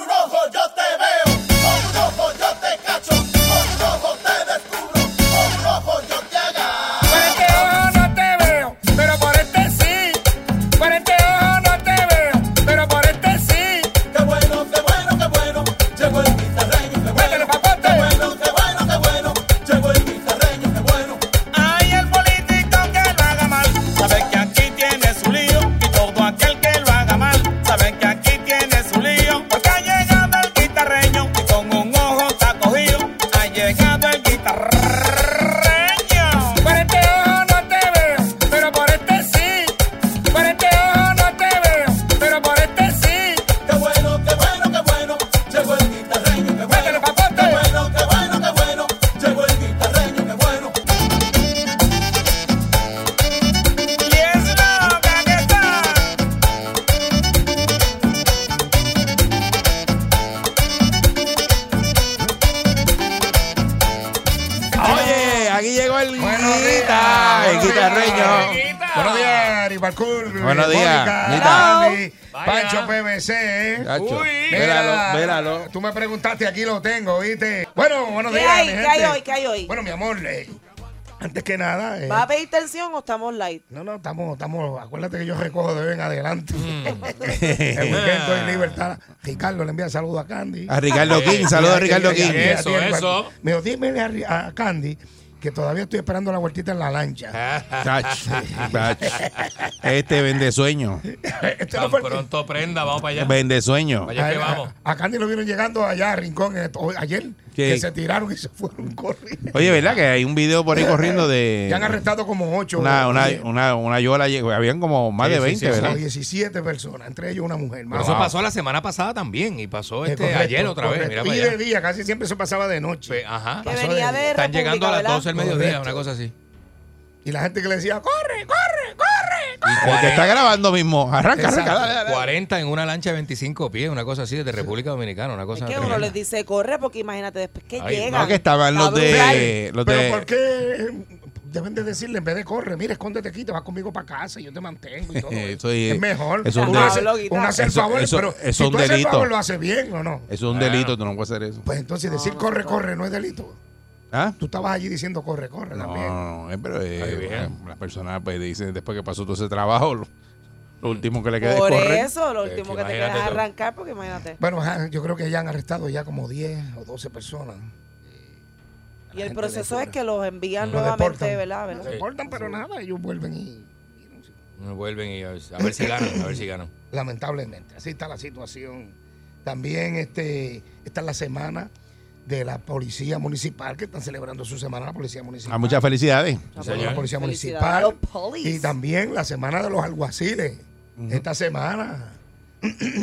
un ojo yo te veo, con un ojo yo te cacho, con un ojo te descubro, con un ojo yo te agarro. Por este ojo no te veo, pero por este sí. Por este ojo no te veo, pero por este sí. Qué bueno, qué bueno, qué bueno, llegó el guitarreño, qué bueno, Métele, papote. qué bueno, qué bueno, qué bueno, llegó el guitarreño, qué bueno. Ay, el político que lo haga mal, sabe que aquí tiene su lío. Y todo aquel que lo haga mal, sabe que aquí tiene su lío. Porque ha llegado el guitarreño y con un ojo está cogido. Ha llegado el guitarreño. Por este ojo no te veo, pero por este sí. Por este ojo no te veo, pero por este sí. Qué bueno, qué bueno, qué bueno, llegó el guitarreño, qué bueno. Métele, papote. Qué bueno, qué bueno, qué bueno, llegó el guitarreño, qué bueno. Y es loca que está. Oye, aquí llegó el Buenos días. Ah, Guita, el buenos guitarreño. días. Buenos días, Ripalcul. Buenos Mónica, días, Nita. Dani, Pancho PBC. ¿eh? Chacho, Uy. véralo, Mira, véralo. Tú me preguntaste, aquí lo tengo, ¿viste? Bueno, buenos ¿Qué días, hay? mi ¿Qué gente. hay hoy? ¿Qué hay hoy? Bueno, mi amor, eh, antes que nada... eh, ¿Va a pedir tensión o estamos light? no, no, estamos, estamos, acuérdate que yo recojo de hoy en adelante. Mm. el weekend estoy en libertad. Ricardo le envía saludos a Candy. A Ricardo King, Ah, saludos a Ricardo King. Mira, Eso, mira, mira, eso. mira. Me dijo, dime a Ri- a, Candy que todavía estoy esperando la vueltita en la lancha. Ah, Chacho, chacho. Este vende sueño, Esto Eh, este no Tan fue- pronto prenda, vamos para allá. vende sueño. Vaya que a- vamos. A, a Candy lo vieron llegando allá a Rincón eh, to- ayer, que se tiraron y se fueron corriendo. Oye, ¿verdad que hay un video por ahí corriendo de Ya han arrestado como ocho. una, una, oye, una, una yola? Habían como más Sí, de sí, 20, sí, como ¿verdad? 17 personas, entre ellos una mujer. Pero más eso pasó la semana pasada también y pasó este, ayer otra vez. Mira para y allá. de día, casi siempre eso pasaba de noche. Pues, ajá. Que Pasó venía de- de Están llegando a las República, 12 del mediodía, Correcto. una cosa así. Y la gente que le decía, corre, corre, corre, corre. El que está grabando mismo. Arranca, Exacto. arranca, dale, dale. 40 en una lancha de 25 pies, una cosa así, desde República Dominicana, una ¿verdad? cosa Es que uno tremenda. les dice corre porque imagínate después que Ay, llegan. No, que estaban los de. Los Pero ¿por de qué eh, deben de decirle en vez de corre, mira, escóndete aquí, te vas conmigo para casa, yo te mantengo y todo? eso. Eh, Eso y- es mejor. eso es un uno, de- hace, uno hace el Eso- favor, eso- pero eso es si un tú haces el delito. favor, lo hace bien o no. es un delito, tú no puedes hacer eso. Pues entonces decir corre, corre no es delito. ¿Ah? Tú estabas allí diciendo corre, corre No, también. no, no, eh, pero eh, Ay, bien. bueno, la persona pues dice después que pasó todo ese trabajo, lo, lo último que le queda es Por correr. eso, lo Es último que que te imagínate quieras tú. arrancar porque imagínate. Bueno, ajá, yo creo que ya han arrestado ya como 10 o 12 personas. Y el gente proceso le es que los envían Lo nuevamente, deportan. ¿verdad? No ¿verdad? reportan, pero nada, ellos vuelven y... y no sé. No vuelven y a ver, a ver si ganan, a ver si ganan. lamentablemente. Así está la situación. También este, está la semana de la policía municipal, que están celebrando su semana la policía municipal. Ah, A Ah, muchas felicidades. La Semana de la policía Felicidades municipal. a los police. Y también la semana de los alguaciles. Esta semana.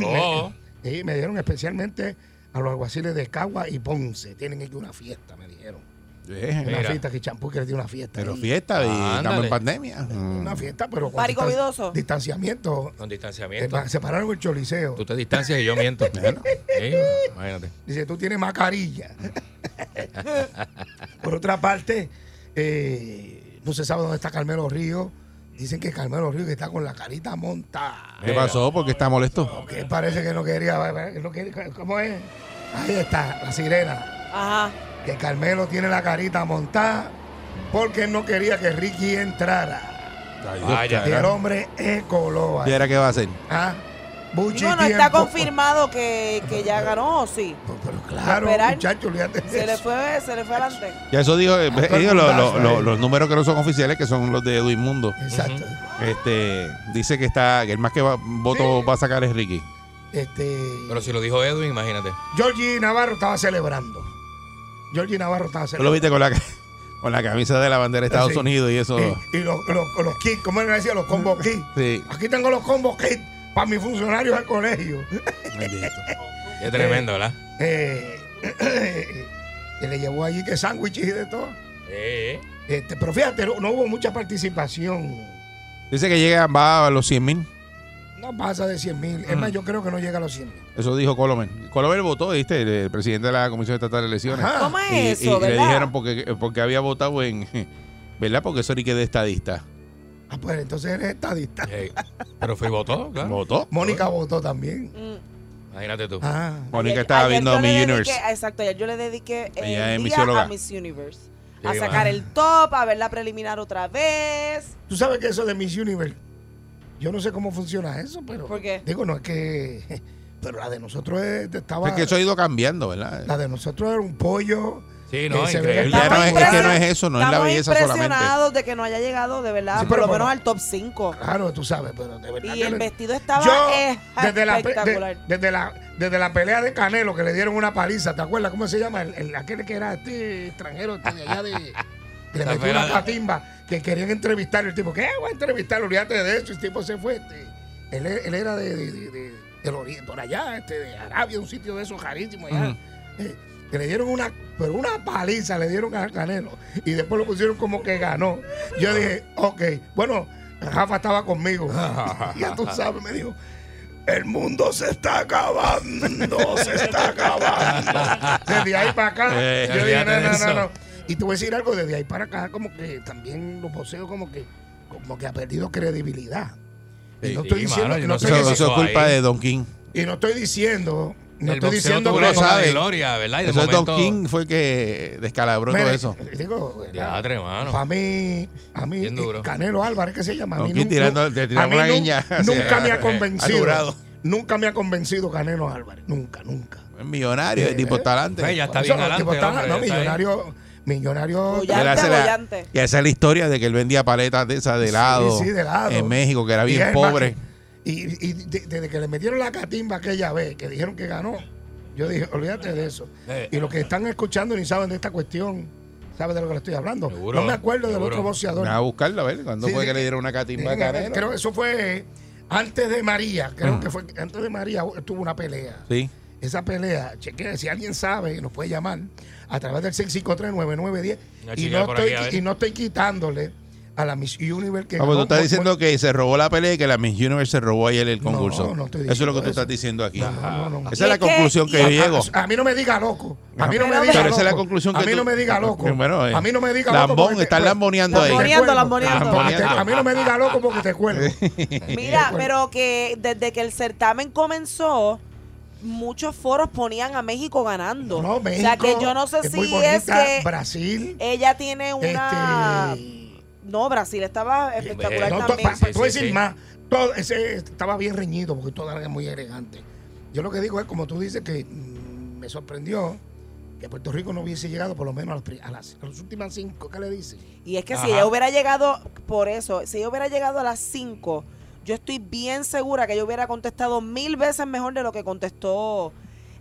Oh, Y me dieron especialmente a los alguaciles de Cagua y Ponce. Tienen aquí una fiesta, me dijeron. Eh, Una Mira. fiesta que Champú que les dio una fiesta. pero ahí. fiesta y Ándale. estamos en pandemia. Mm. Una fiesta, pero con Party comidoso. distanciamiento. con Eh, distanciamiento. pa- Separaron el choliseo. Tú te distancias y yo miento. Sí, imagínate. Dice, tú tienes mascarilla. Por otra parte, eh, no se sabe dónde está Carmelo Río. Dicen que Carmelo Río que está con la carita montada. ¿Qué pasó? ¿Por qué está molesto? Que parece que no quería, que no quería- ¿Cómo es? Ahí está, la sirena. Ajá. Que Carmelo tiene la carita montada porque no quería que Ricky entrara. Ay, Dios, Vaya. Y el carajo. hombre es Coloa. ¿Y ahora qué va a hacer? Ah, Buchi No, no está tiempo. confirmado que, que ya ganó, ¿o sí. Pero claro, Esperar. muchacho, olvídate de Se le eso. fue, se le fue adelante. Ya eso dijo, eh, todo el ellos, lo- lo- mundazo, lo- eh. los números que no son oficiales, que son los de Edwin Mundo. Exacto. Este, dice que está, que el más que va- voto va a sacar es Ricky. Este. Pero si lo dijo Edwin, imagínate. Georgie Navarro estaba celebrando. Georgie Navarro estaba Tú lo celebrando. viste con la, ca- con la camisa de la bandera de Estados Sí. Unidos y eso. Y, y los, los, los kits, ¿cómo era que decía? Los combos kits. Sí. Aquí tengo los combos kits para mis funcionarios del colegio. Bendito. Es tremendo, ¿verdad? Eh, y le llevó allí que sándwiches y de todo. Eh, eh. Este, pero fíjate, no, no hubo mucha participación. Dice que llega, va a los 100 mil. No pasa de 100 mil. Es más, yo creo que no llega a los 100 mil. Eso dijo Colomer. Colomer votó, ¿viste? El, el presidente de la Comisión Estatal de Elecciones. Ajá. ¿Cómo es Y, y- eso, y le verdad? dijeron porque, porque había votado en. ¿Verdad? Porque eso ni queda estadista. Ah, pues entonces eres estadista. Eh, pero fui votó, claro. ¿Votó? Mónica votó también. Mm. Imagínate tú. Ah, Mónica Ayer- estaba ayer viendo yo le mi dediqué- Universe. Exacto, ayer yo le dediqué el Ella es día misióloga. a Miss Universe. Sí, a va. sacar el top, a verla preliminar otra vez. tú sabes que eso de Miss Universe, yo no sé cómo funciona eso, pero. ¿Por qué? Digo, no es que. Pero la de nosotros es- estaba. Es que eso ha ido cambiando, ¿verdad? La de nosotros era un pollo. Sí, no, que se increíble. veía Ya no espectacular. es- es que no es eso, no es la Estamos belleza solamente. impresionados de que no haya llegado, de verdad, Sí, por pero lo bueno. menos al top 5. Claro, tú sabes, pero de verdad. Y que el le- vestido estaba desde la, pe- espectacular. de- desde, la, desde la pelea de Canelo que le dieron una paliza, ¿te acuerdas cómo se llama? El, el- aquel que era este extranjero este de allá de. que le La metió una pelada. patimba que querían entrevistar. El tipo, ¿qué? Voy a entrevistar, olvídate de eso. El tipo se fue. este. Él, él era de, de- de- de- del oriente, por allá, este, de Arabia, un sitio de esos carísimos allá. Eh, que le dieron una, pero una paliza le dieron a Canelo y después lo pusieron como que ganó. Yo dije, ok, bueno, Rafa estaba conmigo. ya tú sabes, me dijo, el mundo se está acabando, se está acabando. Desde ahí para acá, Eh, yo dije, no, olvídate no, de no, no. eso. Y te voy a decir algo, desde ahí para acá, como que también los voceos como que, como que ha perdido credibilidad. Y Sí, no estoy sí, diciendo, mano, no yo no estoy sé Eso, diciendo- eso es pasó culpa ahí? de Don King. y no estoy diciendo, no el estoy boxeo diciendo tuvo que una época sabes. de gloria, ¿verdad? Y de Eso es Don momento... King fue el que descalabró todo Mire, eso. Digo, Teatre, hermano. para mí, a mí, Bien duro. Canelo Álvarez, ¿qué se llama? A mí Aquí tirando- te tiramos a mí una nun- guiña. Nunca me ha Eh, convencido. alurado. Nunca me ha convencido Canelo Álvarez. Nunca, nunca. Es millonario, el tipo está adelante. Ve, Pues ya está O sea, bien los adelante. tipos están- hombre, no, ya está ahí. millonario, millonario. Pues Ya Él está hace la- bollante. y esa es la historia de que él vendía paletas de esas de helado, Sí, sí, de lado. en México, que era Y bien es más pobre. que- y y de- desde que le metieron la catimba aquella vez, que dijeron que ganó, yo dije, olvídate de eso. Eh. Y los que están escuchando ni saben de esta cuestión, saben de lo que le estoy hablando. Seguro, no me acuerdo del seguro. otro Me boxeador. voy a buscarla, a ver, cuando Sí, fue sí. que le dieron una catimba a Déjenme ver, Canelo? Creo que eso fue antes de María. Creo que fue antes de María tuvo una pelea. Ah. Sí. Ah, Esa pelea, chequea, si alguien sabe, nos puede llamar a través del 653-9910. Voy a Y, chequear no por aquí, estoy- a ver. y no estoy quitándole a la Miss Universe que Ah, pues tú ganó estás por- diciendo que se robó la pelea y que la Miss Universe se robó ayer el concurso. No, no estoy eso es lo que tú diciendo estás eso. diciendo aquí. No, no, no, no. Esa es Y la es que- conclusión que, y- yo Ah, llego. A, a mí no me diga loco. A mí no me Pero diga Pero loco. esa es la conclusión que A mí tú- no me diga loco. Bueno, eh, a mí no me diga loco. lambón, porque te está cuelgo. lamboneando ahí. Lamboneando, Te cuelgo. lamboneando. A mí no me diga loco porque te cuelgo. Mira, pero que desde que el certamen comenzó, muchos foros ponían a México ganando. No, o sea que yo no sé es si muy bonita, es que Brasil. ella tiene una. Este, No, Brasil estaba espectacular No, también. para, Sí, sí, decir sí. más, todo ese este, estaba bien reñido porque todo era muy elegante. Yo lo que digo es, como tú dices, que mm, me sorprendió que Puerto Rico no hubiese llegado por lo menos a las, pri- a las- a las últimas cinco. ¿Qué le dicen? Y es que si Ajá. ella hubiera llegado, por eso, si ella hubiera llegado a las 5, yo estoy bien segura que ella hubiera contestado mil veces mejor de lo que contestó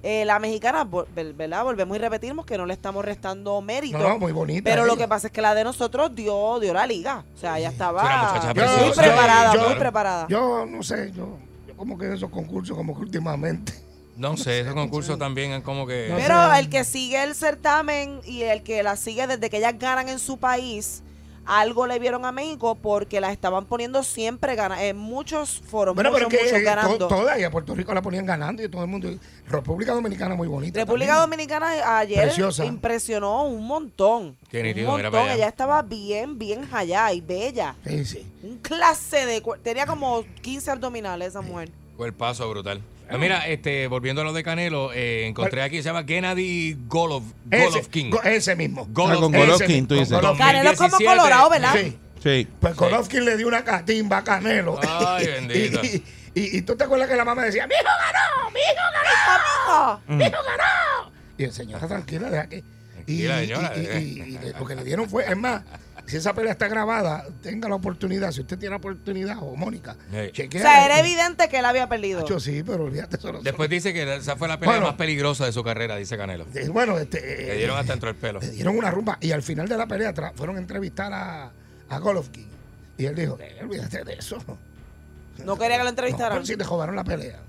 eh, la mexicana, Vol- ver- ¿verdad? Volvemos y repetimos que no le estamos restando mérito. No, no, muy bonita. pero lo ella. que pasa es que la de nosotros dio, dio la liga. O sea, ella estaba Sí, una muchacha muy preciosa. preparada, Yo- yo- muy preparada. Yo no sé, yo, yo como que en esos concursos, como que últimamente. No sé, esos concursos también es como que... No sé. Pero el que sigue el certamen y el que la sigue desde que ellas ganan en su país, algo le vieron a México porque la estaban poniendo siempre gana- en muchos foros, Bueno, pero muchos, es que muchos eh, ganando. to- todas y a Puerto Rico la ponían ganando y todo el mundo. República Dominicana muy bonita. República también. Dominicana ayer Preciosa. impresionó un montón. Qué un nítido, mira para montón. allá. Ella estaba bien, bien allá y bella. Sí, sí. Un clase de... cuer- Tenía como 15 abdominales esa mujer. Fue el paso brutal. No, mira, este, volviendo a lo de Canelo, eh, encontré aquí, se llama Gennady Golov, Ese, Golovkin. go- ese mismo. Golovkin. Ah, con Ese Golovkin, mismo, tú con dices. Golovkin. Canelo es como 2017. colorado, ¿verdad? Sí. Sí. Pues Golovkin le dio una catimba a Canelo. Ay, bendito. Y, y- y tú te acuerdas que la mamá decía, ¡Mijo ganó! ¡Mijo ganó! ¡Amigo! Mm. ¡Mijo ganó! Y el señora, tranquila, deja que... Y, Tranquila, señora, y- y- y- y le- lo que le dieron fue, es más, si esa pelea está grabada, tenga la oportunidad, si usted tiene la oportunidad, o Mónica, Sí. O chequea. sea, era evidente que él había perdido. Yo sí, pero olvídate solo. Después dice que esa fue la pelea Bueno. más peligrosa de su carrera, dice Canelo. Bueno, este... eh, Le dieron hasta dentro del pelo. Le dieron una rumba y al final de la pelea tra- fueron a entrevistar a, a Golovkin. Y él dijo, "Eh, olvídate de eso. No quería que lo entrevistaran. No, pero sí te robaron la pelea.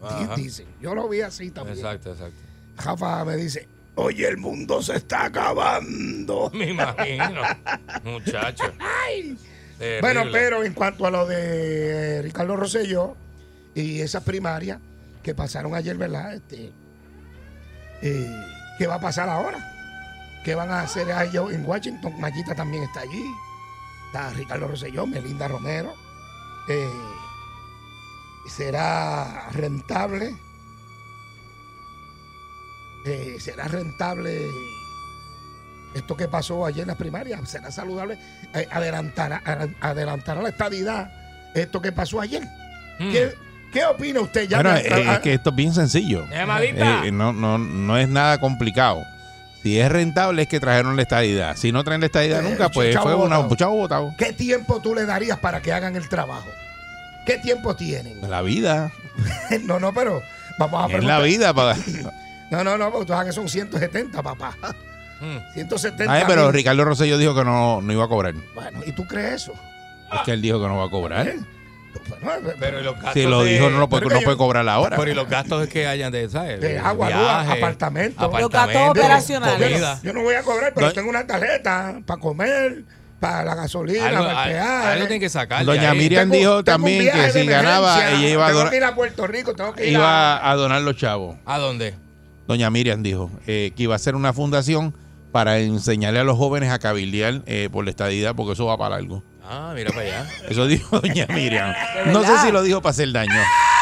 Di- Ajá. Dicen, yo lo vi así también. Exacto, exacto. Jafa me dice, oye, el mundo se está acabando. Me imagino. Muchacho. Terrible. Bueno, pero en cuanto a lo de eh, Ricardo Rosselló y esas primarias que pasaron ayer, ¿verdad? Este, eh, ¿Qué va a pasar ahora? ¿Qué van a hacer ellos en Washington? Mayita también está allí. Está Ricardo Rosselló, Melinda Romero. Eh, será rentable. Eh, será rentable esto que pasó ayer en las primarias. Será saludable. Eh, adelantará, a- adelantará la estadidad esto que pasó ayer. ¿Qué, qué opina usted? Ya Hmm. Bueno, me- eh, es que esto es bien sencillo. Llamadita. Eh, no, no, no es nada complicado. Si es rentable es que trajeron la estadidad. Si no traen la estadidad Eh, nunca, pues chavo fue una- botado. un chavo votado. ¿Qué tiempo tú le darías para que hagan el trabajo? ¿Qué tiempo tienen? En la vida. No, no, Ah, pero vamos a En la preguntar. vida. Para... No, no, no, porque tú sabes que son 170, papá. 170. Hmm. Ay, pero mil. Ricardo Rosselló dijo que no, no iba a cobrar. Bueno, ¿y tú crees eso? Es que él dijo que no va a ¿Eh? cobrar. Bueno, eh, Pero y los gastos Si lo de- dijo, no lo puede, pero no que puede yo- cobrar ahora. Pero y los gastos que hayan de, ¿sabes? De agua, luz, Viaje, apartamento. Los gastos apartamento, operacionales. yo, comida. no, yo no voy a cobrar, pero Do- tengo una tarjeta para comer, para la eh. gasolina, Algo, para el al- peaje. algo tiene que sacar. Doña Miriam Tengo- dijo tengo un también viaje que de si ganaba, emergencia, ella iba a Tengo donar- que ir a Puerto Rico, tengo que ir a... Iba a donar los chavos. ¿A dónde? Doña Miriam dijo eh, que iba a hacer una fundación para enseñarle a los jóvenes a cabildear eh, por la estadidad, porque eso va para algo. Ah, mira para allá. Eso dijo Doña Miriam. ¿De No sé verdad? si lo dijo para hacer daño,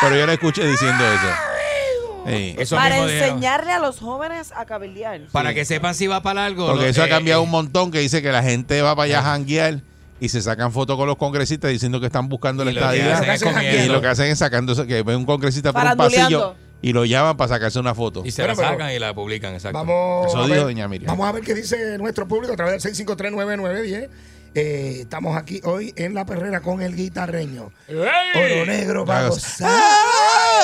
pero yo la escuché diciendo eso. Sí. Eso Para mismo dijeron. enseñarle a los jóvenes a cabildear. Para que sepan si va para algo. Porque ¿no? eso ha Eh, cambiado eh, un montón, que dice que la gente va para allá a janguear y se sacan fotos con los congresistas diciendo que están buscando la Y lo que estadía. hacen es Y comiendo. lo que hacen es sacándose, que ve un congresista por un Faranduleando. pasillo y lo llaman para sacarse una foto. Y se Bueno, la pero- sacan y la publican, exacto. Vamos, Eso a dijo ver, doña Miriam. vamos a ver qué dice nuestro público a través del 6539910. Eh, estamos aquí hoy en La Perrera con el guitarreño. Oro negro para Para gozar. ¡Ah!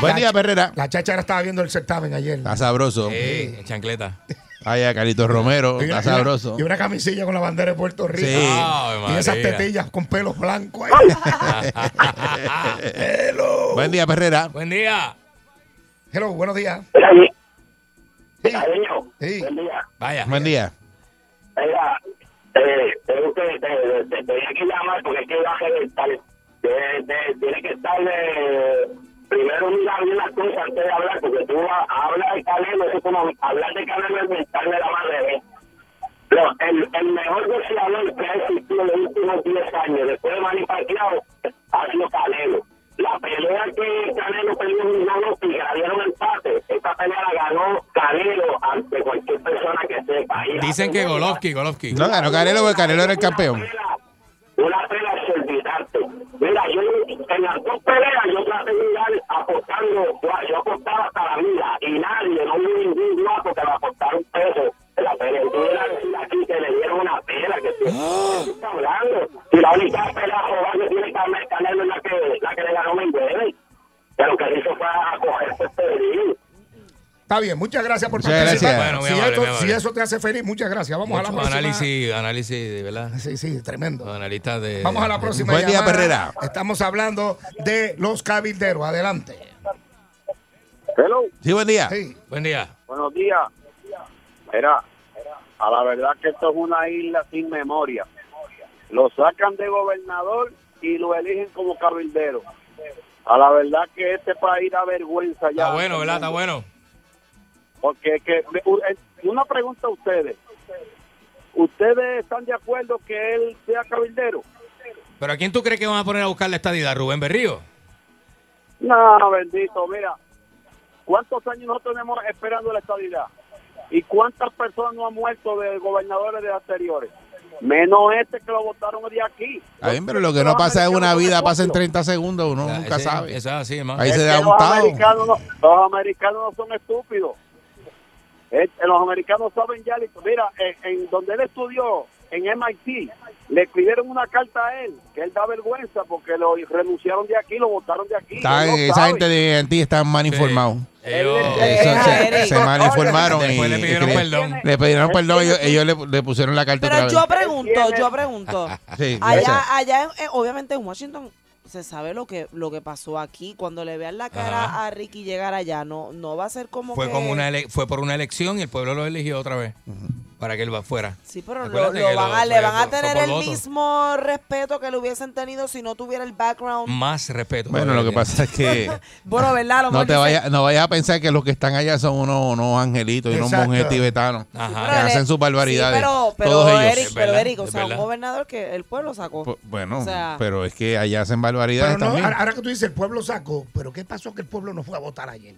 Buen día, Perrera. La chachara estaba viendo el certamen ayer. Está sabroso. Ey, en chancleta. Ay, a Carlitos Romero. Y una- Está y una- sabroso. Y una camisilla con la bandera de Puerto Rico. Sí. Ave Y María. esas tetillas con pelos blancos. ahí. Hello. Buen día, Perrera. Buen día. Hello, buenos días. Mira, mi- Sí, cariño, sí. mira, Vaya. Buen día. mira, eh, tengo que, te, te tenía que llamar porque es que iba a reventar. De- de- Tiene que estar eh, primero mira bien las cosas antes de hablar, porque tú ha- hablas de Canelo, es como hablar de Canelo es mentarle la madre. ¿eh? No, el, el mejor boxeador que ha existido en los últimos 10 años, después de Manny Pacquiao, ha sido Canelo. La pelea que Canelo perdió en Milano y que la dieron empate, esta pelea la ganó Canelo ante cualquier persona que sepa. Y la Dicen que pelea- Golovkin, Golovkin. No ganó Canelo porque Canelo era el Una campeón. pela- Una pena es olvidarte. Mira, yo en las dos peleas yo traté de ir apostando, guau, yo apostaba hasta la vida y nadie, no hubo ningún guapo que me apostara un peso. en La pelea, tú vienes a decir aquí que le dieron una pela, que sí. ¿Qué está hablando? Y la única pelea jodida que tiene Carmen Canelo es la que, la que le ganó Mayweather. Pero que hizo fue a coger por pedir. Está bien, muchas gracias por Muchas participar. gracias. Bueno, muy si, amable, muy esto- amable. si eso te hace feliz, muchas gracias. Vamos a la Mucho próxima. análisis, eh, análisis, de ¿verdad? Sí, sí, tremendo. Los analistas de. Vamos a la próxima. Buen día, llamada. Perrera. Estamos hablando de los cabilderos. Adelante. Hello, Sí, buen día. Sí. Buen día. buenos días. Era, a la verdad que esto es una isla sin memoria. Lo sacan de gobernador y lo eligen como cabildero. A la verdad que este país da vergüenza ya. Está bueno, ¿verdad? Está bueno. Porque que, eh, una pregunta a ustedes. ¿Ustedes están de acuerdo que él sea cabildero? Pero ¿a quién tú crees que van a poner a buscar la estadidad? ¿Rubén Berrío? No, bendito, mira. ¿Cuántos años nosotros tenemos esperando la estabilidad? ¿Y cuántas personas no han muerto de gobernadores de anteriores? Menos este que lo votaron de aquí. Está bien, pero lo que no pasa es una vida, pasa en 30 segundos, uno Ya, nunca ese- sabe. Eso es así, hermano. Ahí Es se que da un los, tao. americanos no, los americanos no son estúpidos. Es- eh, los americanos saben ya. Mira, en, en donde él estudió, en MIT, le escribieron una carta a él, que él da vergüenza porque lo renunciaron de aquí, lo votaron de aquí. Está- Él no esa sabe. gente de Antí está mal informada. Ellos- Él- Eso, Ah, se, Eric. se mal informaron y, Después le pidieron y cre- perdón. le pidieron perdón. Ellos, ellos le, le pusieron la carta Pero otra yo vez. pregunto, yo pregunto. Sí, Allá, esa. allá en- en- obviamente en Washington, se sabe lo que lo que pasó aquí. Cuando le vean la cara Ajá. a Ricky llegar allá, no no va a ser como Fue que- como una ele- fue por una elección y el pueblo lo eligió otra vez para que él va fuera. Sí, pero lo, Acuérdate lo que van lo- a, le fue van a por- fue tener por el voto. mismo respeto que le hubiesen tenido si no tuviera el background. Más respeto. Bueno, lo que pasa es que Bueno, ¿verdad? A lo no mejor te dice- vayas no vayas a pensar que los que están allá son unos, unos angelitos y unos Exacto. monjes tibetanos. Ajá. Pero que él es- hacen sus barbaridades, Pues, Sí, pero, pero todos ellos. Pues, Eric, Es pero verdad, Eric, o es sea, un verdad. gobernador que el pueblo sacó. Pu- Bueno, O sea- pero es que allá hacen barbaridades Pero no, también. ahora ahora que tú dices, el pueblo sacó, pero ¿qué pasó que el pueblo no fue a votar ayer?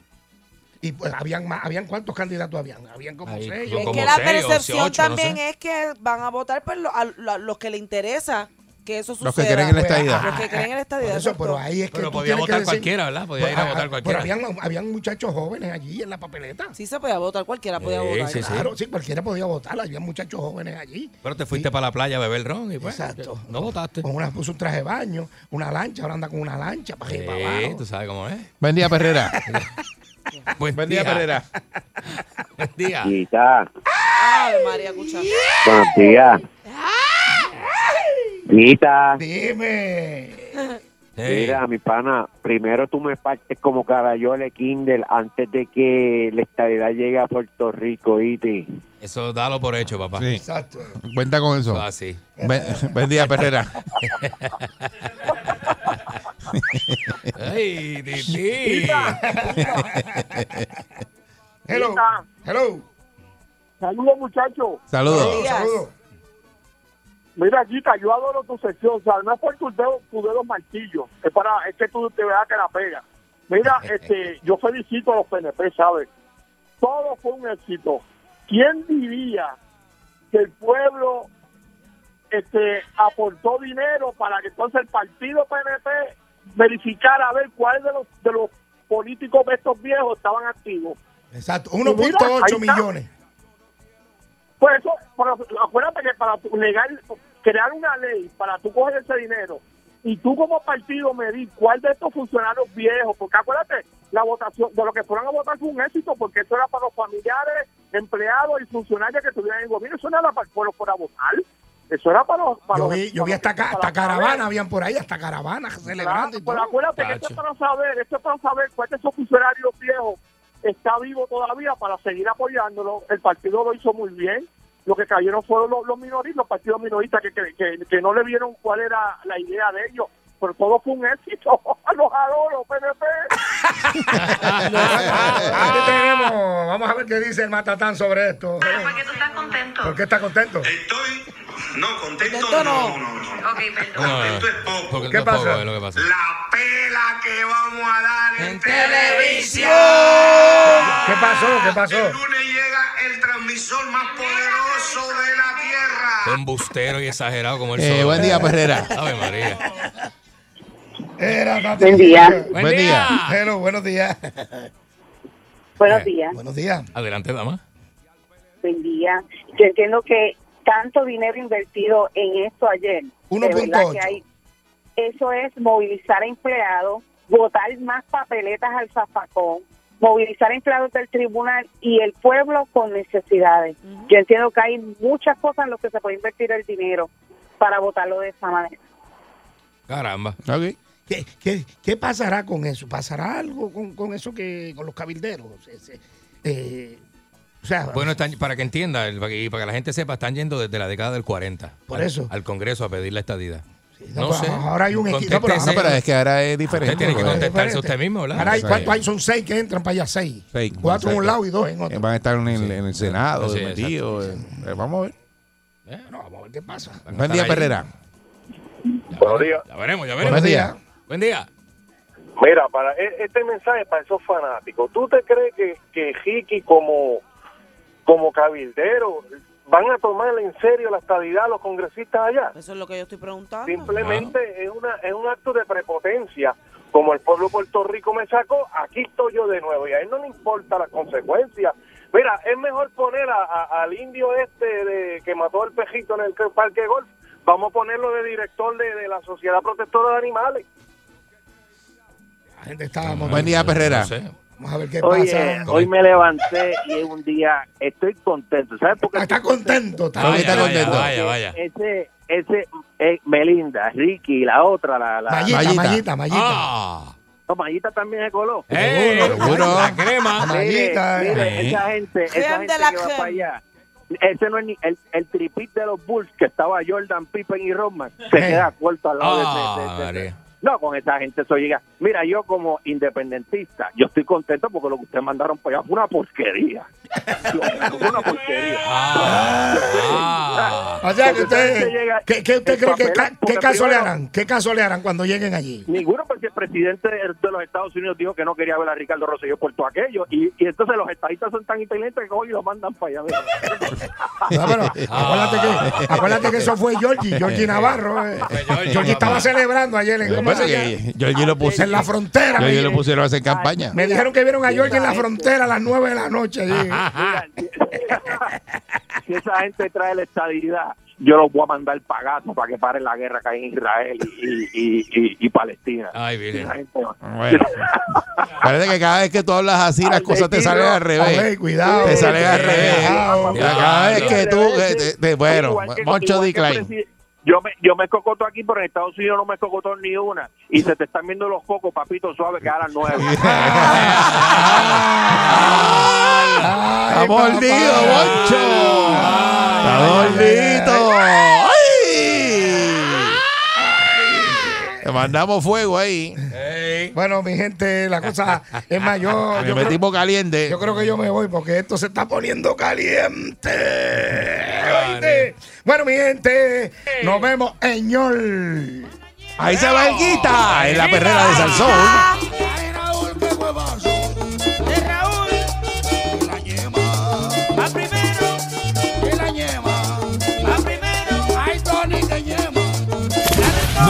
Y pues habían más, habían cuántos candidatos habían, habían como Ahí, seis. o- yo es como que la seis o percepción ocho, no también sé. es que van a votar pues, lo- a, lo- a los que le interesa que eso suceda. Los que creen en la Pues, estadía. ah, Los que creen en la estadía, por eso, exacto. pero ahí es que Pero tú podía tienes que votar decir- cualquiera, ¿verdad? Podía ir a ah, votar ah, cualquiera. Pero habían, habían muchachos jóvenes allí en la papeleta. Sí se podía votar, cualquiera podía Sí, votar. sí, sí. Claro, sí, cualquiera podía votar, había muchachos jóvenes allí. Pero te fuiste para la playa a beber ron y pues Exacto. no votaste. Con una puso un traje de baño, una lancha, ahora anda con una lancha para arriba y para Sí, abajo. Eh, tú sabes cómo es. Buen día, Perrera. Buen, Buen día, Perrera. Buen día. Quizá. Ay, María, escucha. Buenos días. Quita. Dime. Ey, Mira, mi pana, primero tú me partes como carayole Kindle antes de que la estabilidad llegue a Puerto Rico, ¿viste? eso dalo por hecho, papá. Sí, Exacto. cuenta con eso. Ah, sí. Buen, buen día, Perrera. Ay, tití. Hello. Hello. Saludos, muchachos. Saludos. Buen día. Saludos. Mira, Guita, yo adoro tu sección. O sea, no es por tus dedos, tus dedos martillos. Es para, es que tú te veas que la pega. Mira, este, yo felicito a los PNP, ¿sabes? Todo fue un éxito. ¿Quién diría que el pueblo este, aportó dinero para que entonces el partido PNP verificara a ver cuál de los, de los políticos de estos viejos estaban activos? Exacto. ahí 1.8 está. millones. Pues eso, pero acuérdate que para tu legal, crear una ley para tú coger ese dinero y tú como partido medir cuál de estos funcionarios viejos, porque acuérdate, la votación, de lo que fueron a votar fue un éxito, porque eso era para los familiares, empleados y funcionarios que estuvieran en el gobierno, eso no era para el pueblo fuera a votar, eso era para los... Para Yo los- vi, yo vi para hasta, los- ca- para hasta los- caravana, habían por ahí, hasta caravana celebrando y Claro, pero todo. acuérdate que esto es para saber, esto es para saber cuál de esos funcionarios viejos está vivo todavía para seguir apoyándolo. El partido lo hizo muy bien. Lo que cayeron fueron los, los minoristas, los partidos minoristas que, que, que- que no le vieron cuál era la idea de ellos. Pero todo fue un éxito. Los adoro, PNP. Aquí tenemos. Vamos a ver qué dice el matatán sobre esto. ¿Por qué tú estás contento? ¿Por qué está contento? Estoy. No, contento no, Contento no. no, no, no. Ok, perdón. No, Contento es poco. Ah. porque ¿Qué tampoco pasa? es lo que pasa. La pela que vamos a dar en, En televisión. ¿Qué pasó? ¿Qué El pasó? lunes llega el transmisor más poderoso de la Fue tierra. embustero y exagerado como el Eh, sol. buen día, Perrera. Ave María. Era Tati. Buen día. Buen, Buen día. día. Hello, buenos días. Buenos días. Buenos días. Eh, Adelante, dama. Buen día. Yo entiendo que tanto dinero invertido en esto ayer. de verdad 1.8. que hay- Eso es movilizar a empleados, votar más papeletas al zafacón, movilizar a empleados del tribunal y el pueblo con necesidades. Yo entiendo que hay muchas cosas en las que se puede invertir el dinero para votarlo de esa manera. Caramba. Ok. ¿Qué, qué, qué pasará con eso? ¿Pasará algo con, con eso que con los cabilderos? Se- se- eh, o sea, Bueno, están, para que entienda el- y para que la gente sepa, están yendo desde la década del 40 Por al, eso. al Congreso a pedir la estadidad. no, pero ahora hay un equipo- no, pero- Contéstese- No, pero es que ahora es Usted tiene que diferente. contestar. porque contestarse usted mismo, ¿verdad? Ahora hay, Sí. ¿cuántos hay? Son seis que entran para allá, seis. Seis, Cuatro en un exacto. lado y dos en eh, otro. Van a estar en el, en el Senado, Sí, metidos, eh, eh, Vamos a ver. Bueno, vamos a ver qué pasa. Buen día, ahí. Perrera. Buenos días. Ya veremos, ya Buen veremos. día. Buen día. Mira, para e- este mensaje para esos fanáticos. ¿Tú te crees que, que Hiki como, como cabildero van a tomarle en serio la estabilidad a los congresistas allá? Eso es lo que yo estoy preguntando. Simplemente es, una, es un acto de prepotencia. Como el pueblo de Puerto Rico me sacó, aquí estoy yo de nuevo. Y a él no le importa las consecuencias. Mira, es mejor poner a- a- al indio este de, que mató al pejito en el que- parque de golf. Vamos a ponerlo de director de, de la Sociedad Protectora de Animales. La gente está Buen día, Perrera. No sé. Vamos a ver qué Oye, pasa. hoy me levanté y es un día, estoy contento. ¿Sabes por qué? Ah, Está contento, está, Vaya, está vaya, contento. vaya, vaya. Ese, ese, eh, Melinda, Ricky, la otra, la... la Mayita, Mayita. Mayita, Mayita. Ah, No, Mayita también se coló. ¡Eh! Seguro. La Ah. crema. Mire, Mayita, mire, eh. esa gente, esa Crema de gente la que va crema. para allá. Ese no es ni el, el tripit de los Bulls que estaba Jordan, Pippen y Rodman. Se Eh. queda corto al lado de- de- de- de- María. no, con esa gente eso llega. Mira, yo como independentista, yo estoy contento porque lo que ustedes mandaron para allá fue una porquería. Ah. O sea, que usted, ¿qué, qué usted el cree que ca- papelón, qué porque caso le primero- harán? ¿Qué caso le harán cuando lleguen allí? Ninguno, porque el presidente de los Estados Unidos dijo que no quería ver a Ricardo Rosselló por todo aquello. Y, y entonces los estadistas son tan inteligentes que hoy lo mandan para allá. No, Ah, pero acuérdate, Ah. que, acuérdate que eso fue Georgie, Georgie Navarro. eh. Georgie estaba celebrando ayer en, Lo que pasa es que yo, Ah, yo lo puse. En la frontera, Yo, yo mire. lo pusieron a hacer campaña. Me dijeron que vieron a Georgie en la frontera a las 9 de la noche. allí. si esa gente trae la estadidad, yo los voy a mandar pagato para que paren la guerra que hay en Israel y, y, y, y Palestina. Ay, Virgen. Esa gente va- Bueno. Parece que cada vez que tú hablas así, las cosas te salen al revés. Ey, cuidado. Te salen al Ey, revés. cuidado. Cada vez que tú. eh, te- te- bueno, Igual que- Moncho igual que el Decline. presi- Yo me, yo me cocoto aquí, pero en Estados Unidos no me cocoto ni una. Y se te están viendo los cocos, papito, suave, que a las nueve. Está mordido, Moncho. Está gordito. ¡Ay! Te mandamos fuego ahí. Bueno, mi gente, la cosa es mayor. Le metimos caliente. Yo creo que yo me voy porque esto se está poniendo caliente. ¿Oíste? Bueno, mi gente, nos vemos, señor. Ahí se va el guita en la perrera de Salsón. De Raúl. La yema. Va primero. Que la yema. Va primero. Ay, Tony, que yema.